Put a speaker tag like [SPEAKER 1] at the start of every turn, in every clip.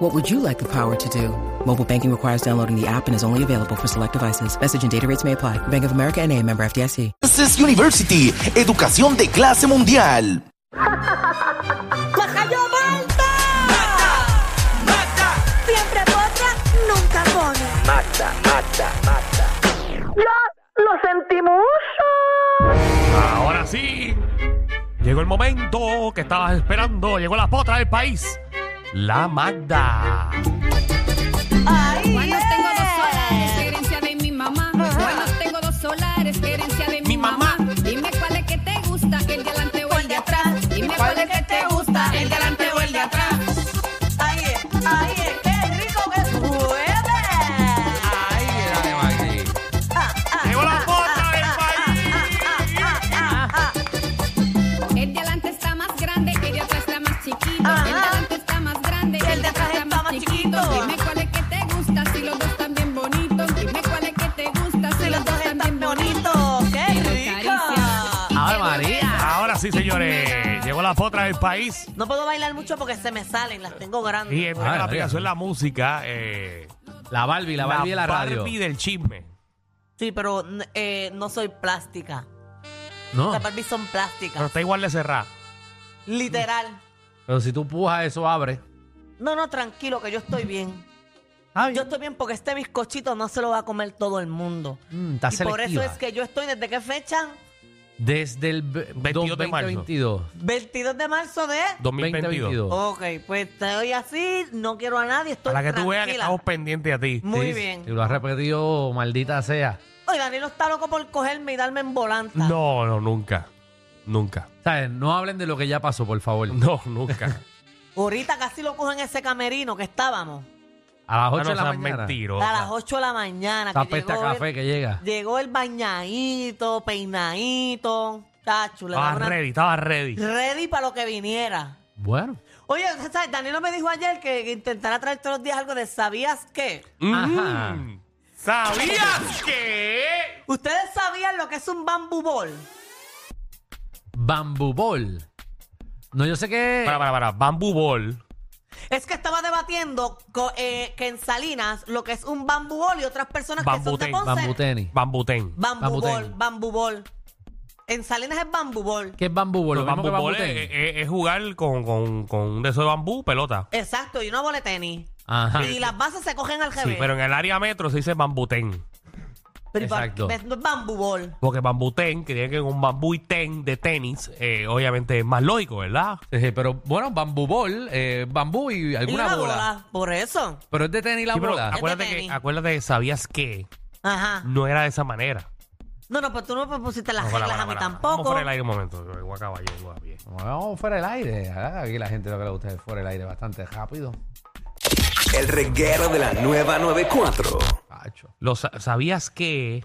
[SPEAKER 1] What would you like the power to do? Mobile banking requires downloading the app and is only available for select devices. Message and data rates may apply. Bank of America and a member FDIC.
[SPEAKER 2] Access University, educación de clase mundial.
[SPEAKER 3] ¡Bajayo Malta! ¡Mata! ¡Mata! Siempre potra, nunca pone. ¡Mata, mata, mata! ¡Ya lo sentimos!
[SPEAKER 4] Ahora sí, llegó el momento que estabas esperando. Llegó la potra del país, la Magda.
[SPEAKER 3] ¡Ay!
[SPEAKER 5] Buenos tengo dos solares, herencia de mi mamá. Buenos tengo dos solares, herencia de mi,
[SPEAKER 4] Mi mamá.
[SPEAKER 5] mamá. Dime cuál es que te gusta, el de delante o el de atrás. Dime cuál es que te gusta, el de delante o el de atrás.
[SPEAKER 3] ¡Ay, ay! ¡Qué rico que sube!
[SPEAKER 4] Llegó
[SPEAKER 3] Ah,
[SPEAKER 4] la potra del país.
[SPEAKER 3] ah.
[SPEAKER 5] El de adelante está más grande, el de atrás está más chiquito.
[SPEAKER 3] Ajá.
[SPEAKER 5] El de adelante está más grande, el de atrás está más chiquito. Dime cuál es que te gusta, si los dos están bien bonitos. Dime cuál es que te gusta, si los dos están bien bonitos.
[SPEAKER 3] ¡Qué
[SPEAKER 5] Ahora María.
[SPEAKER 4] Ahora sí, señores, llegó la potra del país.
[SPEAKER 3] No puedo bailar mucho porque se me salen, las tengo
[SPEAKER 4] Y
[SPEAKER 3] grandes.
[SPEAKER 4] en la
[SPEAKER 6] María.
[SPEAKER 4] aplicación la música, eh,
[SPEAKER 6] La Barbie, la Barbie de la radio.
[SPEAKER 4] Barbie del chisme.
[SPEAKER 3] Sí, pero n- eh, no soy plástica.
[SPEAKER 6] No,
[SPEAKER 3] Las Barbies son
[SPEAKER 4] Pero
[SPEAKER 3] plásticas.
[SPEAKER 4] está igual de cerrada.
[SPEAKER 3] Literal.
[SPEAKER 6] pero si tú pujas eso abre.
[SPEAKER 3] No, no, tranquilo, que yo estoy bien.
[SPEAKER 6] Ay,
[SPEAKER 3] Yo estoy bien porque este bizcochito no se lo va a comer todo el mundo.
[SPEAKER 6] Mm, está
[SPEAKER 3] y por eso
[SPEAKER 6] selectiva.
[SPEAKER 3] es que yo estoy, ¿desde qué fecha?
[SPEAKER 6] Desde el ve-
[SPEAKER 4] 22 de marzo.
[SPEAKER 6] 2022.
[SPEAKER 3] 22 de marzo de...
[SPEAKER 4] 2022.
[SPEAKER 6] 2022.
[SPEAKER 3] Ok, pues estoy así, no quiero a nadie, estoy
[SPEAKER 4] Para que tú
[SPEAKER 3] tranquila.
[SPEAKER 4] veas que estamos pendientes a ti.
[SPEAKER 3] Muy
[SPEAKER 6] Sí,
[SPEAKER 3] bien.
[SPEAKER 6] Y lo has repetido, maldita sea.
[SPEAKER 3] Oye, Danilo está loco por cogerme y darme en volanta.
[SPEAKER 4] No, no, nunca. Nunca.
[SPEAKER 6] ¿Sabes? No hablen de lo que ya pasó, por favor.
[SPEAKER 4] No, nunca.
[SPEAKER 3] Ahorita casi lo cojo en ese camerino que estábamos.
[SPEAKER 6] A las 8
[SPEAKER 4] Ah, No,
[SPEAKER 6] de la
[SPEAKER 4] seas
[SPEAKER 6] mañana.
[SPEAKER 3] A las
[SPEAKER 4] mentirosa.
[SPEAKER 3] 8 de la mañana.
[SPEAKER 6] Esa
[SPEAKER 3] que
[SPEAKER 6] peste a
[SPEAKER 3] llegó
[SPEAKER 6] café
[SPEAKER 3] el-
[SPEAKER 6] que llega.
[SPEAKER 3] Llegó el bañadito, peinadito, tacho. le
[SPEAKER 4] Estaba
[SPEAKER 3] daba una-
[SPEAKER 4] Ah, ready, estaba ready.
[SPEAKER 3] ready para lo que viniera.
[SPEAKER 6] Bueno.
[SPEAKER 3] Oye, ¿sabes? Danilo me dijo ayer que que intentara traer todos los días algo de ¿sabías qué?
[SPEAKER 6] Ajá.
[SPEAKER 4] Mm. ¿Sabías que?
[SPEAKER 3] ¿Ustedes sabían lo que es un bambú ball?
[SPEAKER 6] Bambú Ball. No, yo sé que.
[SPEAKER 4] Para, para, para. Bamboo Ball.
[SPEAKER 3] Es que estaba debatiendo co- eh, que en Salinas lo que es un bambú ball y otras personas
[SPEAKER 4] Bambú
[SPEAKER 3] que
[SPEAKER 4] ten,
[SPEAKER 3] son de Ponce.
[SPEAKER 6] Bambú tenis.
[SPEAKER 4] Bambutén.
[SPEAKER 3] Bambú
[SPEAKER 6] Bambú
[SPEAKER 3] ball,
[SPEAKER 6] ten.
[SPEAKER 3] bambú ball. En Salinas es bambú ball.
[SPEAKER 6] ¿Qué es Bambú Ball?
[SPEAKER 4] Los
[SPEAKER 6] Lo mismo que
[SPEAKER 4] bambú
[SPEAKER 6] Bambú
[SPEAKER 4] ball es, eh,
[SPEAKER 6] tenis.
[SPEAKER 4] es- es jugar con, con, con un de esos de bambú, pelota.
[SPEAKER 3] Exacto, y una bola de tenis.
[SPEAKER 6] Ajá.
[SPEAKER 3] Y las bases se cogen al revés.
[SPEAKER 4] Sí, pero en el área metro se dice bambutén.
[SPEAKER 3] Pero ¿para
[SPEAKER 6] Exacto.
[SPEAKER 3] qué? No es bambú ball.
[SPEAKER 4] Porque bambutén, que tiene que ver con bambú y ten de tenis, eh, obviamente es más lógico, ¿verdad?
[SPEAKER 6] Sí, Pero bueno, Bambú Ball, eh, bambú y
[SPEAKER 3] Y
[SPEAKER 6] alguna
[SPEAKER 3] una
[SPEAKER 6] bola.
[SPEAKER 3] bola, por eso.
[SPEAKER 6] Pero es de tenis la
[SPEAKER 4] Sí, pero
[SPEAKER 6] bola.
[SPEAKER 4] acuérdate,
[SPEAKER 3] Es de
[SPEAKER 4] que,
[SPEAKER 3] tenis.
[SPEAKER 4] acuérdate que sabías que
[SPEAKER 3] Ajá.
[SPEAKER 4] no era de esa manera.
[SPEAKER 3] No, no, pues tú no me pusiste las
[SPEAKER 4] No, para,
[SPEAKER 3] reglas
[SPEAKER 4] para,
[SPEAKER 3] a mí
[SPEAKER 4] para. Vamos
[SPEAKER 3] tampoco.
[SPEAKER 4] fuera del aire un momento. Yo vengo a caballo, vengo a pie.
[SPEAKER 6] ah, Vamos fuera del aire. Ah, Aquí la gente lo que le gusta es fuera del aire bastante rápido.
[SPEAKER 7] El reguero de la nueva 94.
[SPEAKER 6] Cacho.
[SPEAKER 4] Lo sa- ¿Sabías que,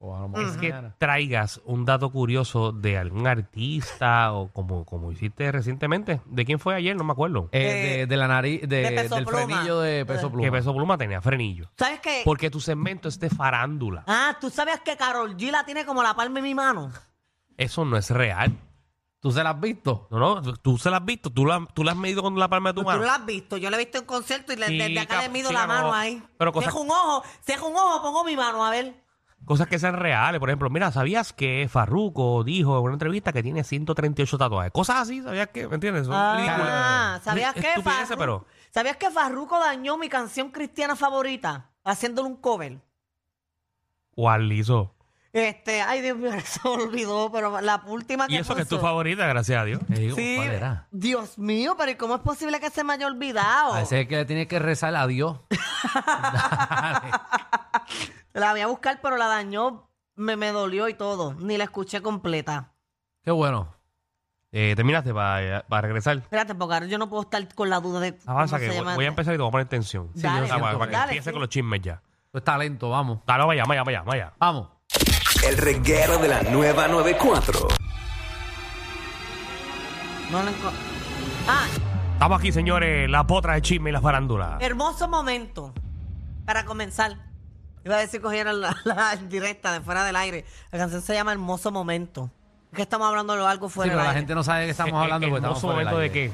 [SPEAKER 6] O a lo mejor
[SPEAKER 4] que
[SPEAKER 6] mañana.
[SPEAKER 4] traigas un dato curioso de algún artista o como, como hiciste recientemente? ¿De quién fue ayer? No me acuerdo.
[SPEAKER 6] Eh, de, de la nariz, de-
[SPEAKER 3] de Peso
[SPEAKER 6] del
[SPEAKER 3] Pluma.
[SPEAKER 6] frenillo de peso pluma.
[SPEAKER 4] Que Peso Pluma tenía frenillo.
[SPEAKER 3] ¿Sabes qué?
[SPEAKER 4] Porque tu segmento es de farándula.
[SPEAKER 3] Ah, ¿tú sabías que Carol G la tiene como la palma en mi mano?
[SPEAKER 4] Eso no es real.
[SPEAKER 6] ¿Tú se la has visto?
[SPEAKER 4] No, no, tú- tú se la has visto, tú la, tú la has medido con la palma de tu
[SPEAKER 3] Pues Tú no
[SPEAKER 4] mano.
[SPEAKER 3] la has visto. Yo la he visto en concierto y le- desde
[SPEAKER 4] Chica,
[SPEAKER 3] acá le mido
[SPEAKER 4] chica,
[SPEAKER 3] la mano
[SPEAKER 4] no.
[SPEAKER 3] ahí.
[SPEAKER 4] Pero cosa-
[SPEAKER 3] Cejo un ojo, cejo un ojo, pongo mi mano, a ver.
[SPEAKER 4] Cosas que sean reales. Por ejemplo, mira, ¿sabías que Farruko dijo en una entrevista que tiene 138 tatuajes? Cosas así, ¿sabías que? ¿Me entiendes? Son
[SPEAKER 3] Ah,
[SPEAKER 4] ridículas.
[SPEAKER 3] ¿sabías qué?
[SPEAKER 4] Estupideces,
[SPEAKER 3] Farru-
[SPEAKER 4] pero
[SPEAKER 3] ¿Sabías que Farruko dañó mi canción cristiana favorita haciéndole un cover?
[SPEAKER 4] ¿cuál hizo?
[SPEAKER 3] Este, ay Dios mío, se me olvidó, pero la última que
[SPEAKER 4] Y eso que es tu
[SPEAKER 3] puso.
[SPEAKER 4] favorita, gracias a Dios. Eh,
[SPEAKER 6] Te digo,
[SPEAKER 3] Sí.
[SPEAKER 6] ¿Cuál era?
[SPEAKER 3] Dios mío, pero ¿y cómo es posible que se me haya olvidado?
[SPEAKER 4] Ah,
[SPEAKER 6] A ese es que le tiene que rezar a Dios.
[SPEAKER 3] La voy a buscar, pero la dañó, me, me dolió y todo. Ni la escuché completa.
[SPEAKER 6] Qué bueno.
[SPEAKER 4] Eh, terminaste para regresar.
[SPEAKER 3] Espérate, porque ahora yo no puedo estar con la duda de cómo
[SPEAKER 4] Avanza
[SPEAKER 3] se
[SPEAKER 4] Ah, que voy,
[SPEAKER 3] llama.
[SPEAKER 4] voy a empezar y te voy a poner tensión.
[SPEAKER 3] Sí, yo
[SPEAKER 4] Ah,
[SPEAKER 3] siento
[SPEAKER 4] para, para
[SPEAKER 3] que-
[SPEAKER 4] que
[SPEAKER 3] dale,
[SPEAKER 4] empiece
[SPEAKER 3] sí.
[SPEAKER 4] con los chismes ya.
[SPEAKER 6] Tú estás lento, vamos.
[SPEAKER 4] Dale, vaya, vaya, vaya, vaya.
[SPEAKER 6] Vamos.
[SPEAKER 7] El reguero de la nueva 94.
[SPEAKER 3] No lo enco- Ah,
[SPEAKER 4] Estamos aquí, señores, la potra de chisme y las farándulas.
[SPEAKER 3] hermoso momento para comenzar. Iba a decir cogieron la, la directa de fuera del aire. La canción se llama Hermoso Momento. Es que estamos hablando de algo
[SPEAKER 6] Sí,
[SPEAKER 3] fuera
[SPEAKER 6] pero
[SPEAKER 3] del
[SPEAKER 6] la
[SPEAKER 3] aire.
[SPEAKER 6] gente no sabe de qué estamos
[SPEAKER 4] Eh,
[SPEAKER 6] hablando porque estamos
[SPEAKER 4] ¿Hermoso
[SPEAKER 6] fuera del
[SPEAKER 4] momento de
[SPEAKER 6] aire.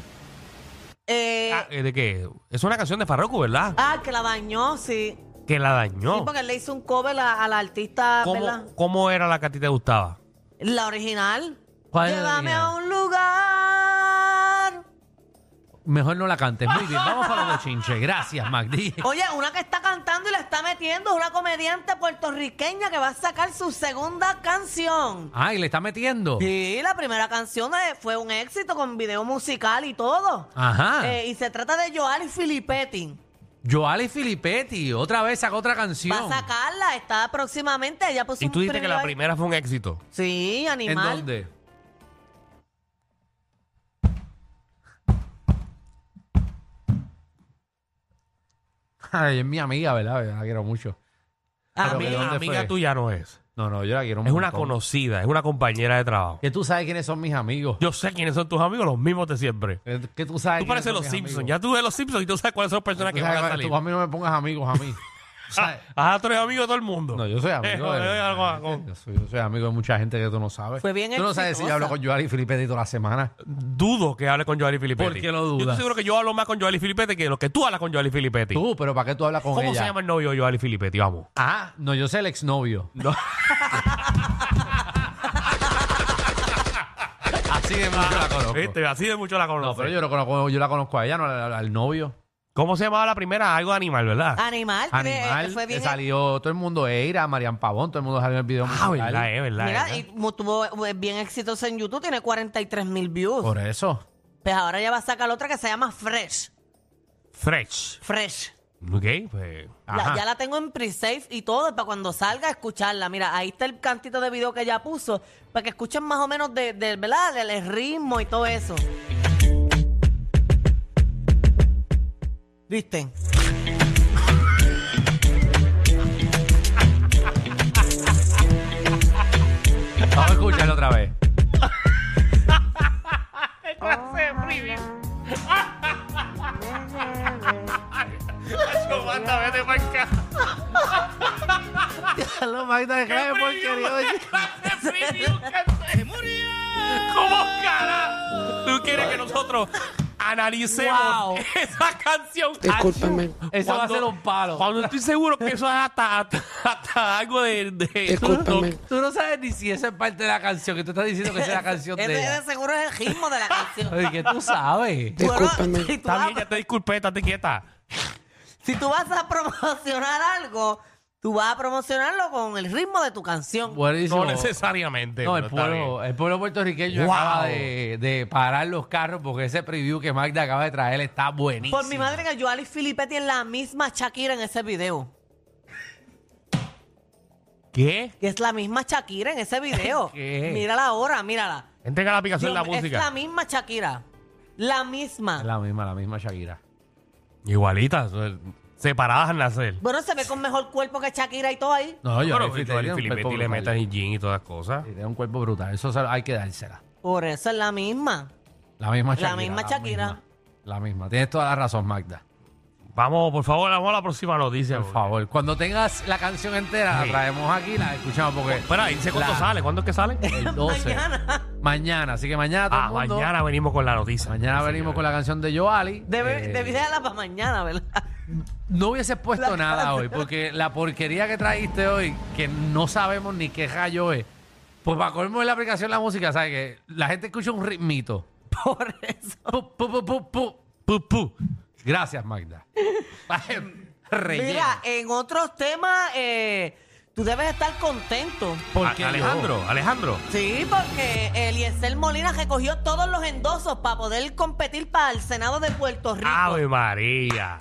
[SPEAKER 4] qué?
[SPEAKER 3] Eh,
[SPEAKER 4] Ah,
[SPEAKER 3] ah,
[SPEAKER 4] ¿De qué? Es una canción de Farroco, ¿verdad?
[SPEAKER 3] que la dañó, sí.
[SPEAKER 4] Que la
[SPEAKER 3] Ah, Sí,
[SPEAKER 4] dañó.
[SPEAKER 3] porque él le hizo un cover a, a la artista, ¿verdad?
[SPEAKER 4] ¿Cómo, ¿Cómo era la que a ti te gustaba?
[SPEAKER 3] La original.
[SPEAKER 6] ¿Cuál es la
[SPEAKER 3] Llévame
[SPEAKER 6] original?
[SPEAKER 3] a un lugar.
[SPEAKER 6] Mejor no la cantes. Muy bien, vamos para los chinches. Gracias, Magdi.
[SPEAKER 3] Oye, una que está cantando y la está metiendo es una comediante puertorriqueña que va a sacar su segunda canción.
[SPEAKER 6] Ay, le está metiendo.
[SPEAKER 3] Sí, la primera canción eh, fue un éxito con video musical y todo.
[SPEAKER 6] Ajá.
[SPEAKER 3] Eh, y se trata de Joali Filippetti.
[SPEAKER 6] Joali Filippetti, otra vez sacó otra
[SPEAKER 3] Va
[SPEAKER 6] canción.
[SPEAKER 3] a sacarla, está próximamente. Ella puso
[SPEAKER 4] Y tú
[SPEAKER 3] un
[SPEAKER 4] dijiste que la
[SPEAKER 3] preview ahí.
[SPEAKER 4] primera fue un éxito.
[SPEAKER 3] Sí,
[SPEAKER 6] ¿En
[SPEAKER 3] animal.
[SPEAKER 6] dónde? Ay, es mi amiga, ¿verdad? Yo la quiero mucho.
[SPEAKER 3] Ah,
[SPEAKER 6] Pero
[SPEAKER 4] Ami-
[SPEAKER 6] ¿de
[SPEAKER 3] mira.
[SPEAKER 6] dónde
[SPEAKER 4] amiga
[SPEAKER 6] fue?
[SPEAKER 4] tuya no es.
[SPEAKER 6] No, no, yo la quiero mucho.
[SPEAKER 4] Es una conocida, es una compañera de trabajo.
[SPEAKER 6] Que tú sabes quiénes son mis amigos.
[SPEAKER 4] Yo sé quiénes son tus amigos, los mismos de siempre.
[SPEAKER 6] Que- Que tú sabes.
[SPEAKER 4] Tú pareces los Simpsons. Ya tú ves los Simpsons y tú sabes cuáles son las personas que
[SPEAKER 6] que
[SPEAKER 4] van a salir.
[SPEAKER 6] Tú a mí no me pongas amigos a mí. Tú sabes-
[SPEAKER 4] Ah, tú eres amigo de todo el mundo.
[SPEAKER 6] No, yo soy amigo.
[SPEAKER 4] Eh,
[SPEAKER 6] de-
[SPEAKER 4] eh, algo- algo.
[SPEAKER 6] yo, soy, yo soy amigo de mucha gente que tú no sabes.
[SPEAKER 3] Fue bien
[SPEAKER 6] Tú no sabes si yo hablo
[SPEAKER 3] exitosa.
[SPEAKER 6] con Joali Filippetti toda la semana.
[SPEAKER 4] Dudo que hable con Joali Filippetti.
[SPEAKER 6] ¿Por qué lo
[SPEAKER 4] Yo estoy
[SPEAKER 6] dudas?
[SPEAKER 4] seguro que yo hablo más con Joali Filippetti que lo que tú hablas con Joali Filippetti.
[SPEAKER 6] Tú, pero ¿para qué tú hablas con
[SPEAKER 4] ¿Cómo
[SPEAKER 6] ella?
[SPEAKER 4] se llama el novio de Joali Filippetti? Vamos.
[SPEAKER 6] Ah, no, yo sé el exnovio. Así de mucho la conozco.
[SPEAKER 4] Viste, así de mucho la conozco.
[SPEAKER 6] No, pero yo, lo conozco, yo la conozco a ella, no al, al novio.
[SPEAKER 4] ¿Cómo se llamaba la primera? Algo de animal, ¿verdad?
[SPEAKER 6] Ah,
[SPEAKER 3] Animal. tiene- eh,
[SPEAKER 6] Animal,
[SPEAKER 3] fue
[SPEAKER 6] que
[SPEAKER 3] bien
[SPEAKER 6] salió todo el mundo Eira, Marian Pavón, todo el mundo salió en el video
[SPEAKER 4] ah,
[SPEAKER 6] musical.
[SPEAKER 4] verdad, es verdad.
[SPEAKER 3] Mira,
[SPEAKER 4] ¿verdad?
[SPEAKER 3] y mu- tuvo eh, bien exitoso en YouTube, tiene 43 mil views.
[SPEAKER 6] Por eso.
[SPEAKER 3] Pues ahora ya va a sacar otra que se llama Fresh.
[SPEAKER 4] Fresh.
[SPEAKER 3] Fresh.
[SPEAKER 4] Ok, pues.
[SPEAKER 3] La-
[SPEAKER 6] Ajá.
[SPEAKER 3] ya la tengo en pre-save y todo, para cuando salga escucharla. Mira, ahí está el cantito de video que ya puso, para que escuchen más o menos de, de- ¿verdad? del ritmo y todo eso. ¿Viste?
[SPEAKER 6] Vamos a escucharlo otra vez.
[SPEAKER 4] Chumata, vete para acá.
[SPEAKER 6] Lo Magda, deja de porquería, oye.
[SPEAKER 4] ¡Se murió! ¿Cómo cara? ¿Tú quieres que nosotros analicemos
[SPEAKER 6] Wow.
[SPEAKER 4] esa canción? Ah,
[SPEAKER 8] Discúlpame.
[SPEAKER 6] Eso va a ser un palo.
[SPEAKER 4] Cuando estoy seguro que eso es hasta, hasta, hasta algo de... de
[SPEAKER 8] Discúlpame.
[SPEAKER 6] Tú no sabes ni si eso es parte de la canción, que tú estás diciendo que esa es la canción de
[SPEAKER 3] Ese
[SPEAKER 6] ella.
[SPEAKER 3] ese seguro es el ritmo de la canción.
[SPEAKER 6] Oye, que tú sabes.
[SPEAKER 3] Tú no-
[SPEAKER 8] Discúlpame.
[SPEAKER 3] si, tú
[SPEAKER 4] Está bien,
[SPEAKER 3] vas,
[SPEAKER 4] ya te disculpé, estate quieta.
[SPEAKER 3] si tú vas a promocionar algo, tú vas a promocionarlo con el ritmo de tu canción.
[SPEAKER 6] Buenísimo.
[SPEAKER 4] No necesariamente.
[SPEAKER 6] No,
[SPEAKER 4] pero
[SPEAKER 6] el
[SPEAKER 4] está
[SPEAKER 6] pueblo,
[SPEAKER 4] bien.
[SPEAKER 6] el pueblo puertorriqueño
[SPEAKER 4] Wow.
[SPEAKER 6] acaba de, de parar los carros porque ese preview que Magda acaba de traer está buenísimo.
[SPEAKER 3] Por mi madre que Joali Filippetti es la misma Shakira en ese video.
[SPEAKER 4] ¿Qué?
[SPEAKER 3] Que es la misma Shakira en ese video.
[SPEAKER 6] ¿Qué?
[SPEAKER 3] Mírala ahora, mírala.
[SPEAKER 4] Entrega la aplicación de la
[SPEAKER 3] Dios, es la
[SPEAKER 4] música.
[SPEAKER 3] misma Shakira. La misma.
[SPEAKER 6] Es la misma, la misma Shakira.
[SPEAKER 4] Igualitas, eh, separadas al nacer.
[SPEAKER 3] Bueno, se ve con mejor cuerpo que Shakira y todo ahí.
[SPEAKER 6] No, yo
[SPEAKER 4] Pero Joel Filippetti le metas en jean y todas las cosas.
[SPEAKER 6] Tiene un cuerpo brutal. Eso se- hay que dársela.
[SPEAKER 3] Por eso es la misma.
[SPEAKER 6] La misma Shakira.
[SPEAKER 3] misma Shakira.
[SPEAKER 6] misma. La misma. Tienes toda la razón, Magda.
[SPEAKER 4] Vamos, por favor, vamos a la próxima noticia.
[SPEAKER 6] Por favor, cuando tengas la canción entera,
[SPEAKER 4] Sí.
[SPEAKER 6] la traemos aquí, la escuchamos porque
[SPEAKER 4] Espera, dice cuánto
[SPEAKER 6] La-
[SPEAKER 4] sale. ¿Cuándo es que sale?
[SPEAKER 6] el 12.
[SPEAKER 3] Mañana.
[SPEAKER 6] Mañana, así que mañana todo
[SPEAKER 4] Ah,
[SPEAKER 6] el mundo-
[SPEAKER 4] mañana venimos con la noticia.
[SPEAKER 6] Mañana venimos con la canción de Joali.
[SPEAKER 3] Debe,
[SPEAKER 6] Eh,
[SPEAKER 3] debí dejarla para mañana, ¿verdad?
[SPEAKER 6] No hubiese puesto
[SPEAKER 3] La
[SPEAKER 6] nada
[SPEAKER 3] cara.
[SPEAKER 6] hoy, porque la porquería que trajiste hoy, que no sabemos ni qué rayo es, pues para colmo de la aplicación la música, ¿sabes que La gente escucha un ritmito.
[SPEAKER 3] Por eso.
[SPEAKER 6] Pu, pu, pu, pu, pu, pu, pu. Gracias, Magda. Relleno.
[SPEAKER 3] Mira, en otros temas, eh, tú debes estar contento.
[SPEAKER 4] A-
[SPEAKER 6] porque
[SPEAKER 4] Alejandro, Alejandro.
[SPEAKER 3] Sí, porque Eliezer Molina recogió todos los endosos para poder competir para el Senado de Puerto Rico.
[SPEAKER 6] Ah,
[SPEAKER 4] Ave María.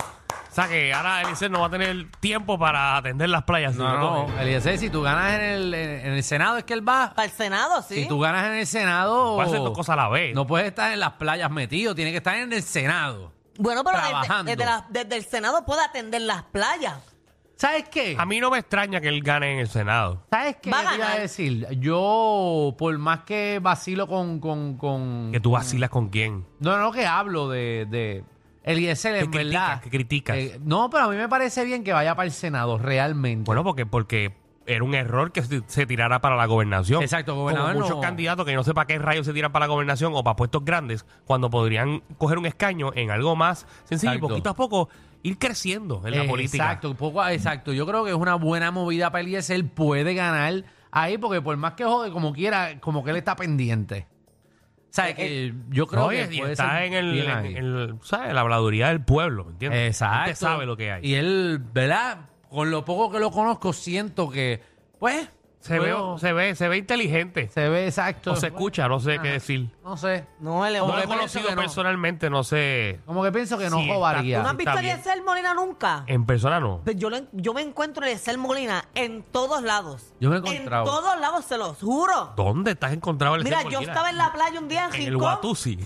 [SPEAKER 4] O sea que ahora Eliezer no va a tener tiempo para atender las playas.
[SPEAKER 6] No,
[SPEAKER 4] sino
[SPEAKER 6] no,
[SPEAKER 4] todo.
[SPEAKER 6] no, Eliezer, si tú ganas en el, en el Senado, es que él va.
[SPEAKER 3] Para el Senado, sí.
[SPEAKER 6] Si tú ganas en el Senado.
[SPEAKER 4] Puede hacer dos cosas a la vez.
[SPEAKER 6] No puedes estar en las playas metido, tiene que estar en el Senado.
[SPEAKER 3] Bueno, pero desde,
[SPEAKER 6] trabajando.
[SPEAKER 3] desde la- desde el Senado puede atender las playas.
[SPEAKER 6] O ¿Sabes qué?
[SPEAKER 4] A mí no me extraña que él gane en el Senado.
[SPEAKER 6] ¿Sabes qué?
[SPEAKER 3] Va a
[SPEAKER 6] te iba a
[SPEAKER 3] ganar.
[SPEAKER 6] decir, yo, por más que vacilo con. con, con-
[SPEAKER 4] Que tú vacilas con quién.
[SPEAKER 6] No, no, que hablo de. de Eliezer, en
[SPEAKER 4] criticas,
[SPEAKER 6] verdad.
[SPEAKER 4] que criticas.
[SPEAKER 6] Eh, no, pero a mí me parece bien que vaya para el Senado, realmente.
[SPEAKER 4] Bueno, porque, porque era un error que se se tirara para la gobernación.
[SPEAKER 6] Exacto,
[SPEAKER 4] Como
[SPEAKER 6] gobernador,
[SPEAKER 4] muchos
[SPEAKER 6] no.
[SPEAKER 4] candidatos que no sé para qué rayos se tiran para la gobernación o para puestos grandes, cuando podrían coger un escaño en algo más sencillo
[SPEAKER 6] Exacto.
[SPEAKER 4] y poquito a poco ir creciendo en la
[SPEAKER 6] Eh,
[SPEAKER 4] política.
[SPEAKER 6] Exacto, poco, a- exacto. Yo creo que es una buena movida para Eliezer. Puede ganar ahí, porque por más que jode, como quiera, como que él está pendiente. O sea, que yo creo
[SPEAKER 4] Oye,
[SPEAKER 6] que
[SPEAKER 4] Eh, y
[SPEAKER 6] puede
[SPEAKER 4] está
[SPEAKER 6] ser
[SPEAKER 4] en el,
[SPEAKER 6] bien
[SPEAKER 4] en-
[SPEAKER 6] ahí.
[SPEAKER 4] en el- ¿sabes? La habladuría del pueblo, ¿me entiendes?
[SPEAKER 6] Exacto.
[SPEAKER 4] Usted sabe lo que hay.
[SPEAKER 6] Y él, ¿verdad? Con lo poco que lo conozco, siento que, pues,
[SPEAKER 4] se,
[SPEAKER 6] puedo-
[SPEAKER 4] ve, se, ve, se ve inteligente.
[SPEAKER 6] se ve exacto.
[SPEAKER 4] o se escucha, no sé qué decir.
[SPEAKER 6] No sé.
[SPEAKER 3] No, él es
[SPEAKER 6] Como
[SPEAKER 4] No lo
[SPEAKER 6] que
[SPEAKER 4] he
[SPEAKER 3] un-
[SPEAKER 6] pienso
[SPEAKER 4] conocido
[SPEAKER 6] que no.
[SPEAKER 4] personalmente, no sé.
[SPEAKER 6] Como que pienso que no
[SPEAKER 4] Sí, está-
[SPEAKER 6] jodaría.
[SPEAKER 3] ¿Tú no has visto
[SPEAKER 4] Está
[SPEAKER 3] a
[SPEAKER 4] bien. Eh.
[SPEAKER 3] Eliezer Molina nunca?
[SPEAKER 4] En persona no.
[SPEAKER 3] Pues Yo, lo- yo me encuentro a Eliezer Molina en todos lados.
[SPEAKER 6] Yo me he encontrado.
[SPEAKER 3] En todos lados, se los juro.
[SPEAKER 4] ¿Dónde estás encontrado el
[SPEAKER 3] Mira,
[SPEAKER 4] Eliezer
[SPEAKER 3] yo
[SPEAKER 4] Molina?
[SPEAKER 3] estaba en la playa un día en
[SPEAKER 4] en el
[SPEAKER 3] Rincón.
[SPEAKER 4] Watusi.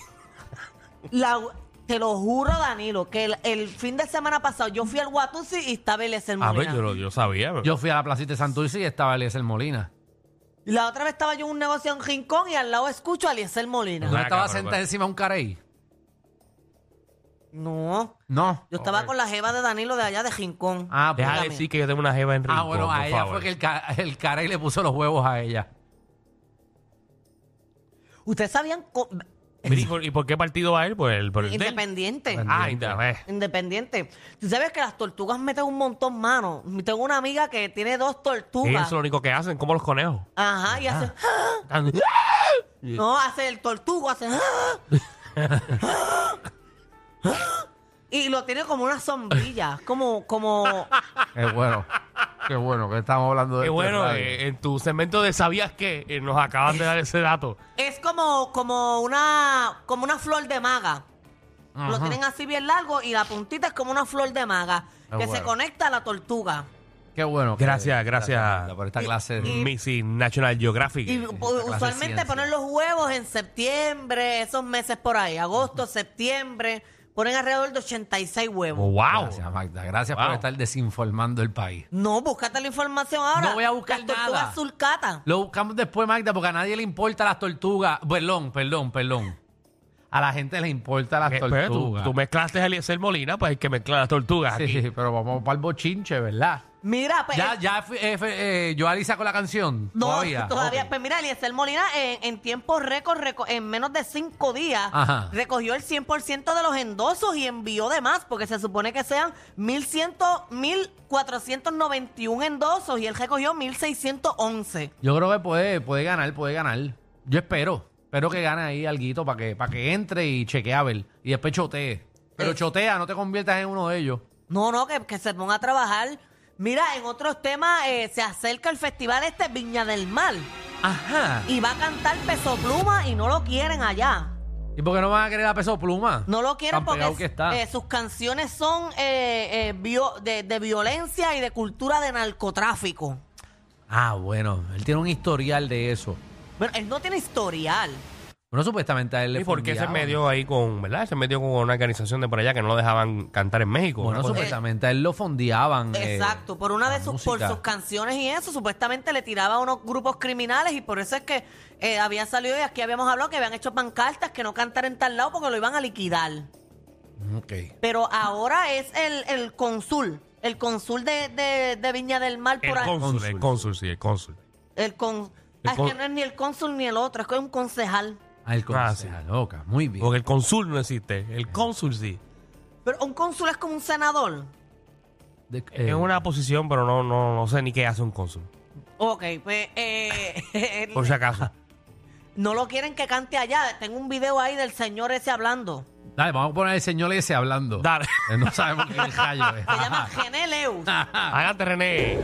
[SPEAKER 3] La- te lo juro, Danilo, que el, el fin de semana pasado yo fui al Watusi y estaba Eliezer
[SPEAKER 4] A ver,
[SPEAKER 3] Molina.
[SPEAKER 4] Ah, pues yo, lo- yo sabía.
[SPEAKER 6] Yo fui a la placita de Santurce y estaba Eliezer Molina.
[SPEAKER 4] Ah,
[SPEAKER 3] Y La otra vez estaba yo en un negocio en Rincón y al lado escucho a Eliezer Molina.
[SPEAKER 6] ¿No
[SPEAKER 4] Ven acá,
[SPEAKER 6] estaba
[SPEAKER 4] pero,
[SPEAKER 6] sentada
[SPEAKER 4] pero.
[SPEAKER 6] encima de un carey?
[SPEAKER 3] No, Oh,
[SPEAKER 6] No.
[SPEAKER 3] yo estaba con la jeva de Danilo de allá de Rincón.
[SPEAKER 6] Ah, pues,
[SPEAKER 4] Deja de
[SPEAKER 3] Dígame.
[SPEAKER 4] decir que yo tengo una jeva en Rincón,
[SPEAKER 6] ah, bueno,
[SPEAKER 4] por
[SPEAKER 6] a ella
[SPEAKER 4] favor.
[SPEAKER 6] fue que el, ca- el carey le puso los huevos a ella.
[SPEAKER 3] Ustedes sabían... co-
[SPEAKER 4] Mira, ¿y, por, y por qué partido va él? Pues el, por el del-
[SPEAKER 3] Independiente.
[SPEAKER 4] Ah, independiente.
[SPEAKER 3] Independiente. Tú sabes que las tortugas meten un montón mano. Tengo una amiga que tiene dos
[SPEAKER 4] Eso
[SPEAKER 3] tortugas.
[SPEAKER 4] es lo Ah, único que hacen, como los conejos.
[SPEAKER 3] Ajá, y hace.
[SPEAKER 4] Tan-
[SPEAKER 3] No, hace el tortugo, hace. ah, y lo tiene como una sombrilla. Como, como.
[SPEAKER 6] Qué bueno. Qué bueno que estamos hablando de
[SPEAKER 4] Qué
[SPEAKER 6] esto en
[SPEAKER 4] bueno,
[SPEAKER 6] radio.
[SPEAKER 4] eh, en tu segmento de ¿Sabías qué? Eh, nos acaban de dar ese dato.
[SPEAKER 3] Es como, como una. como una flor de maga. Lo tienen así bien largo y la puntita es como una flor de maga.
[SPEAKER 6] Ah,
[SPEAKER 3] que se
[SPEAKER 6] bueno.
[SPEAKER 3] conecta a la tortuga.
[SPEAKER 6] Qué bueno. que-
[SPEAKER 4] Gracias, gracias.
[SPEAKER 6] Por esta clase de...
[SPEAKER 4] Missy National Geographic. Eh,
[SPEAKER 3] Y pues,
[SPEAKER 6] clase de
[SPEAKER 3] usualmente
[SPEAKER 6] ciencia.
[SPEAKER 3] ponen los huevos en septiembre, esos meses por ahí, agosto, septiembre, ponen alrededor de 86 huevos.
[SPEAKER 6] Oh.
[SPEAKER 4] wow.
[SPEAKER 6] Gracias, Magda. Gracias
[SPEAKER 4] Wow.
[SPEAKER 6] por estar desinformando el país.
[SPEAKER 3] No, búscate la información ahora.
[SPEAKER 6] No voy a buscar
[SPEAKER 3] Las tortugas
[SPEAKER 6] nada.
[SPEAKER 3] sulcata.
[SPEAKER 6] Lo buscamos después, Magda, porque a nadie le importa las tortugas. Perdón, perdón, perdón. A la gente le importa las
[SPEAKER 4] Ah, Que- pero tú,
[SPEAKER 6] tortugas.
[SPEAKER 4] tú mezclaste a Eliezer Molina, pues hay que mezclar las tortugas
[SPEAKER 6] Sí,
[SPEAKER 4] aquí.
[SPEAKER 6] sí, pero vamos para el bochinche, ¿verdad?
[SPEAKER 3] Mira, pues.
[SPEAKER 6] Ya,
[SPEAKER 3] eh,
[SPEAKER 6] ya fui- eh, fue- eh, Joali sacó la canción.
[SPEAKER 3] No,
[SPEAKER 6] todavía.
[SPEAKER 3] todavía.
[SPEAKER 6] Ok.
[SPEAKER 3] Pues mira, Eliezer Molina en, en tiempo récord, reco- en menos de cinco días,
[SPEAKER 6] Ajá.
[SPEAKER 3] recogió el 100% de los endosos y envió de más, porque se supone que sean 1.100, 1.491 endosos y él recogió 1.611.
[SPEAKER 6] Yo creo que puede, puede ganar, puede ganar. Yo espero. Espero que gane ahí alguito para que, para que entre y chequee a ver. Y después chotee. Pero
[SPEAKER 3] Eh.
[SPEAKER 6] chotea, no te conviertas en uno de ellos.
[SPEAKER 3] No, no, que, que se ponga a trabajar. Mira, en otros temas eh, se acerca el festival este Viña del Mar
[SPEAKER 6] Ajá.
[SPEAKER 3] y va a cantar Peso Pluma y no lo quieren allá.
[SPEAKER 6] ¿Y por qué no van a querer a peso pluma?
[SPEAKER 3] No lo quieren
[SPEAKER 6] Tan
[SPEAKER 3] porque
[SPEAKER 6] pegado que está.
[SPEAKER 3] eh, sus canciones son eh, eh, vio- de, de violencia y de cultura de narcotráfico.
[SPEAKER 6] Ah, bueno. Él tiene un historial de eso.
[SPEAKER 3] Bueno, él no tiene historial.
[SPEAKER 6] Bueno, supuestamente a él le
[SPEAKER 4] ¿Y por qué se
[SPEAKER 6] fondeaban.
[SPEAKER 4] metió ahí con, verdad? Se metió con una organización de por allá que no lo dejaban cantar en México.
[SPEAKER 6] Bueno,
[SPEAKER 4] Una cosa-
[SPEAKER 6] supuestamente a él lo fondeaban. eh,
[SPEAKER 3] Exacto, por una
[SPEAKER 6] la
[SPEAKER 3] de sus, por
[SPEAKER 6] música.
[SPEAKER 3] sus canciones y eso, supuestamente le tiraba a unos grupos criminales y por eso es que eh, había salido y aquí habíamos hablado que habían hecho pancartas que no cantar en tal lado porque lo iban a liquidar.
[SPEAKER 6] Ok.
[SPEAKER 3] Pero ahora es el, el cónsul, el cónsul de, de- de Viña del Mar
[SPEAKER 4] Pues,
[SPEAKER 3] por
[SPEAKER 4] el
[SPEAKER 3] ahí.
[SPEAKER 4] cónsul, el cónsul, sí, el cónsul.
[SPEAKER 3] El con-
[SPEAKER 4] El
[SPEAKER 3] Ah, es
[SPEAKER 4] con-
[SPEAKER 3] que no es ni el cónsul ni el otro, es que es un concejal.
[SPEAKER 6] Ah, el
[SPEAKER 4] Ah,
[SPEAKER 6] concejal, loca. Muy bien.
[SPEAKER 4] Porque el cónsul no existe, el cónsul sí.
[SPEAKER 3] Pero un cónsul es como un senador.
[SPEAKER 6] De- eh,
[SPEAKER 4] Es una posición, pero no, no, no sé ni qué hace un cónsul.
[SPEAKER 3] Ok, pues eh, el-
[SPEAKER 4] Por si acaso.
[SPEAKER 3] no lo quieren que cante allá. Tengo un video ahí del señor ese hablando.
[SPEAKER 6] Dale, vamos a poner al señor ese hablando.
[SPEAKER 4] Dale.
[SPEAKER 6] Eh, No sabemos qué rayo eh. es.
[SPEAKER 3] Se llama Gené Leus.
[SPEAKER 4] Ah. Adelante, René.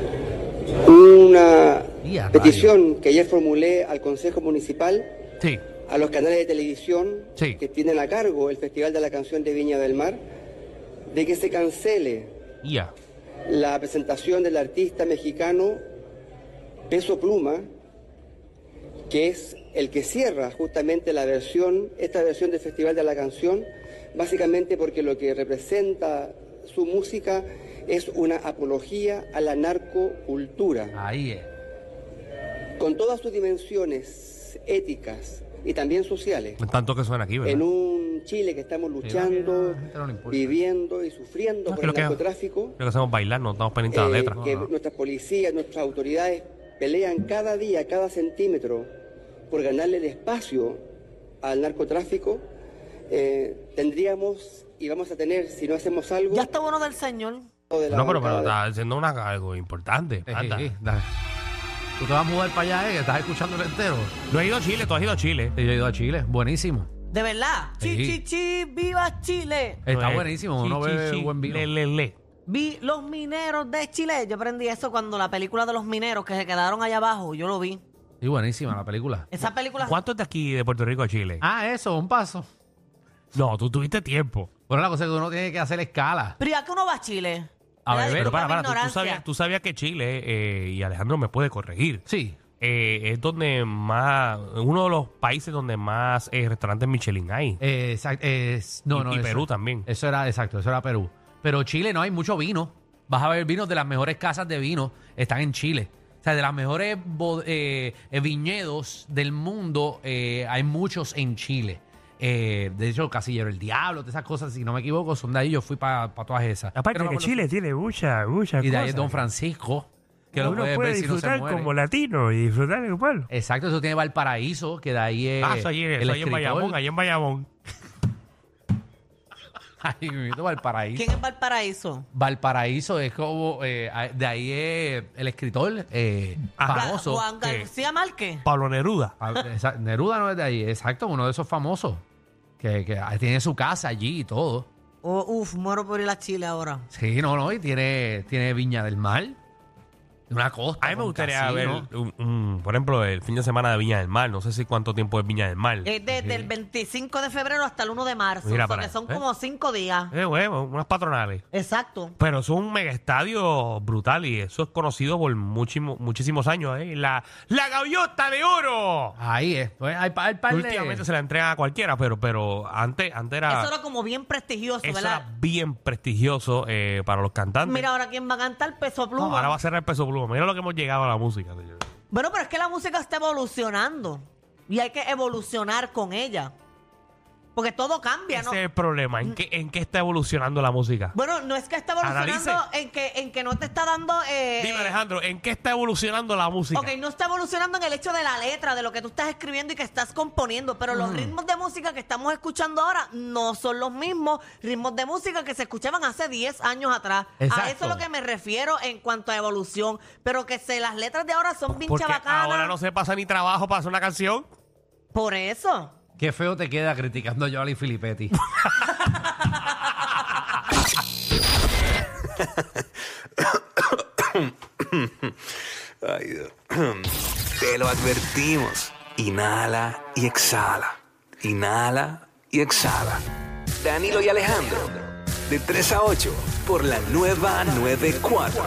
[SPEAKER 8] una
[SPEAKER 6] Y a rayos.
[SPEAKER 8] petición que ayer formulé al Consejo Municipal,
[SPEAKER 6] Sí.
[SPEAKER 8] a los canales de televisión
[SPEAKER 6] Sí.
[SPEAKER 8] que tienen a cargo el Festival de la Canción de Viña del Mar, de que se cancele
[SPEAKER 4] Ya.
[SPEAKER 8] la presentación del artista mexicano Peso Pluma, que es el que cierra justamente la versión, esta versión del Festival de la Canción, básicamente porque lo que representa su música es una apología a la narcocultura,
[SPEAKER 6] Ahí es.
[SPEAKER 8] con todas sus dimensiones éticas y también sociales.
[SPEAKER 4] Tanto que suena aquí, ¿verdad?
[SPEAKER 8] En un Chile que estamos
[SPEAKER 6] no, a
[SPEAKER 8] luchando,
[SPEAKER 6] la gente no le importa.
[SPEAKER 8] viviendo y sufriendo
[SPEAKER 4] No,
[SPEAKER 8] por
[SPEAKER 4] que
[SPEAKER 8] el
[SPEAKER 4] lo que-
[SPEAKER 8] narcotráfico,
[SPEAKER 4] Creo que hacemos bailar, no estamos pendientes de
[SPEAKER 8] eh,
[SPEAKER 4] la letra.
[SPEAKER 8] que
[SPEAKER 4] No, no.
[SPEAKER 8] nuestras policías, nuestras autoridades pelean cada día, cada centímetro por ganarle el espacio al narcotráfico, eh, tendríamos y vamos a tener, si no hacemos algo,
[SPEAKER 3] Ya está bueno del señor.
[SPEAKER 8] de la
[SPEAKER 4] No, pero, pero
[SPEAKER 8] bancada
[SPEAKER 4] está haciendo una, algo importante.
[SPEAKER 6] Eh,
[SPEAKER 4] Anda.
[SPEAKER 6] eh, eh, dale. Tú te vas a mudar para allá, ¿eh? Que estás escuchándolo entero.
[SPEAKER 4] No has ido a Chile, tú has ido a Chile.
[SPEAKER 6] Sí, yo he ido a Chile. Buenísimo.
[SPEAKER 3] De verdad. Chi,
[SPEAKER 6] Sí.
[SPEAKER 3] chi, chi, viva Chile.
[SPEAKER 6] Está
[SPEAKER 4] Eh,
[SPEAKER 6] buenísimo.
[SPEAKER 4] sí,
[SPEAKER 6] Uno
[SPEAKER 4] sí,
[SPEAKER 6] bebe
[SPEAKER 4] sí.
[SPEAKER 6] buen vino.
[SPEAKER 4] Le, le, le.
[SPEAKER 3] Vi los mineros de Chile. Yo aprendí eso cuando la película de los mineros que se quedaron allá abajo, yo lo vi.
[SPEAKER 6] Y buenísima la película.
[SPEAKER 3] Esa película.
[SPEAKER 4] ¿Cuánto es de aquí de Puerto Rico a Chile?
[SPEAKER 6] Ah, eso, un paso.
[SPEAKER 4] No, tú tuviste tiempo.
[SPEAKER 6] Bueno, la cosa es que uno tiene que hacer escala.
[SPEAKER 3] Pero ya que uno va a Chile.
[SPEAKER 6] A
[SPEAKER 3] ¿verdad?
[SPEAKER 6] beber.
[SPEAKER 4] Pero
[SPEAKER 3] Disculpa
[SPEAKER 4] para,
[SPEAKER 3] mi
[SPEAKER 4] para, tú, tú
[SPEAKER 3] ignorancia.
[SPEAKER 4] sabías, tú sabías que Chile, eh, y Alejandro me puede corregir,
[SPEAKER 6] Sí.
[SPEAKER 4] eh, es donde más, uno de los países donde más eh, restaurantes Michelin hay.
[SPEAKER 6] Eh, exact- eh, s- no,
[SPEAKER 4] Y-
[SPEAKER 6] no,
[SPEAKER 4] y
[SPEAKER 6] eso-
[SPEAKER 4] Perú también.
[SPEAKER 6] Eso era, exacto, eso era Perú. Pero Chile no hay mucho vino. Vas a ver vinos de las mejores casas de vino, están en Chile. O sea, de las mejores bo- eh, eh, viñedos del mundo, eh, hay muchos en Chile. Eh, de hecho, Casillero el Diablo, de esas cosas, si no me equivoco, son de ahí. Yo fui para todas esas. Pero no me acuerdo-
[SPEAKER 4] tiene mucha, mucha
[SPEAKER 6] Y de ahí es Don Francisco, que lo puedes ver si no se muere.
[SPEAKER 4] latino y disfrutar como pueblo.
[SPEAKER 6] Exacto, eso tiene Valparaíso, que de ahí es.
[SPEAKER 4] Ah, eso allí,
[SPEAKER 6] el
[SPEAKER 4] eso allí en
[SPEAKER 6] escritor.
[SPEAKER 4] Bayamón, allí en Bayamón.
[SPEAKER 6] Ay, mimito, Valparaíso.
[SPEAKER 3] ¿Quién es Valparaíso?
[SPEAKER 6] Valparaíso es como, eh, a- de ahí es el escritor eh,
[SPEAKER 4] Ajá.
[SPEAKER 6] famoso.
[SPEAKER 3] Ah, Juan
[SPEAKER 4] que-
[SPEAKER 3] García Márquez.
[SPEAKER 4] Pablo Neruda.
[SPEAKER 6] Ah, esa- Neruda no es de ahí, exacto, uno de esos famosos que, que tiene su casa allí y todo.
[SPEAKER 3] Oh, uf, muero por ir a Chile ahora.
[SPEAKER 6] Sí, no, no, y tiene, tiene Viña del Mar, una costa.
[SPEAKER 4] A mí me
[SPEAKER 6] con
[SPEAKER 4] gustaría
[SPEAKER 6] casino.
[SPEAKER 4] ver, un- un- por ejemplo, el fin de semana de Viña del Mar. No sé si cuánto tiempo es Viña del Mar.
[SPEAKER 6] Eh,
[SPEAKER 3] Es desde el 25 de febrero hasta el 1 de marzo. o
[SPEAKER 4] Mira
[SPEAKER 3] sea
[SPEAKER 4] para
[SPEAKER 3] que son
[SPEAKER 4] allá, ¿eh?
[SPEAKER 3] como cinco días.
[SPEAKER 4] Eh, bueno, unas patronales.
[SPEAKER 3] Exacto.
[SPEAKER 4] Pero eso es un mega estadio brutal y eso es conocido por muchísimo- muchísimos años. ¿eh? La, la gaviota de oro.
[SPEAKER 6] Ahí es, pues, hay, pa- hay par de-
[SPEAKER 4] Últimamente se la entregan a cualquiera, pero, pero antes, antes era,
[SPEAKER 3] Eso era como bien prestigioso,
[SPEAKER 4] eso
[SPEAKER 3] ¿verdad?
[SPEAKER 4] era bien prestigioso eh, para los cantantes.
[SPEAKER 3] Mira ahora quién va a cantar peso
[SPEAKER 4] No,
[SPEAKER 3] pluma.
[SPEAKER 4] ahora va a cerrar el peso pluma. Mira lo que hemos llegado a la música. señor.
[SPEAKER 3] Bueno, pero es que la música está evolucionando. Y hay que evolucionar con ella. Porque todo cambia, ¿no?
[SPEAKER 4] Ese es el problema. ¿En qué, ¿En qué está evolucionando la música?
[SPEAKER 3] Bueno, no es que está evolucionando
[SPEAKER 4] Analice.
[SPEAKER 3] en que, en que no te está dando... eh,
[SPEAKER 4] Dime, Alejandro, ¿en qué está evolucionando la música?
[SPEAKER 3] Ok, no está evolucionando en el hecho de la letra, de lo que tú estás escribiendo y que estás componiendo, pero
[SPEAKER 4] Mm.
[SPEAKER 3] los ritmos de música que estamos escuchando ahora no son los mismos ritmos de música que se escuchaban hace 10 años atrás. A eso
[SPEAKER 6] Exacto.
[SPEAKER 3] es lo que me refiero en cuanto a evolución, pero que se, las letras de ahora son bien
[SPEAKER 4] Porque
[SPEAKER 3] chabacanas.
[SPEAKER 4] ahora no se pasa ni trabajo para hacer una canción.
[SPEAKER 3] Por eso.
[SPEAKER 6] Qué feo te queda criticando a Joali Filippetti.
[SPEAKER 7] Ay, Dios. Te lo advertimos. Inhala y exhala. Inhala y exhala. Danilo y Alejandro, de 3 a 8, por la nueva 94.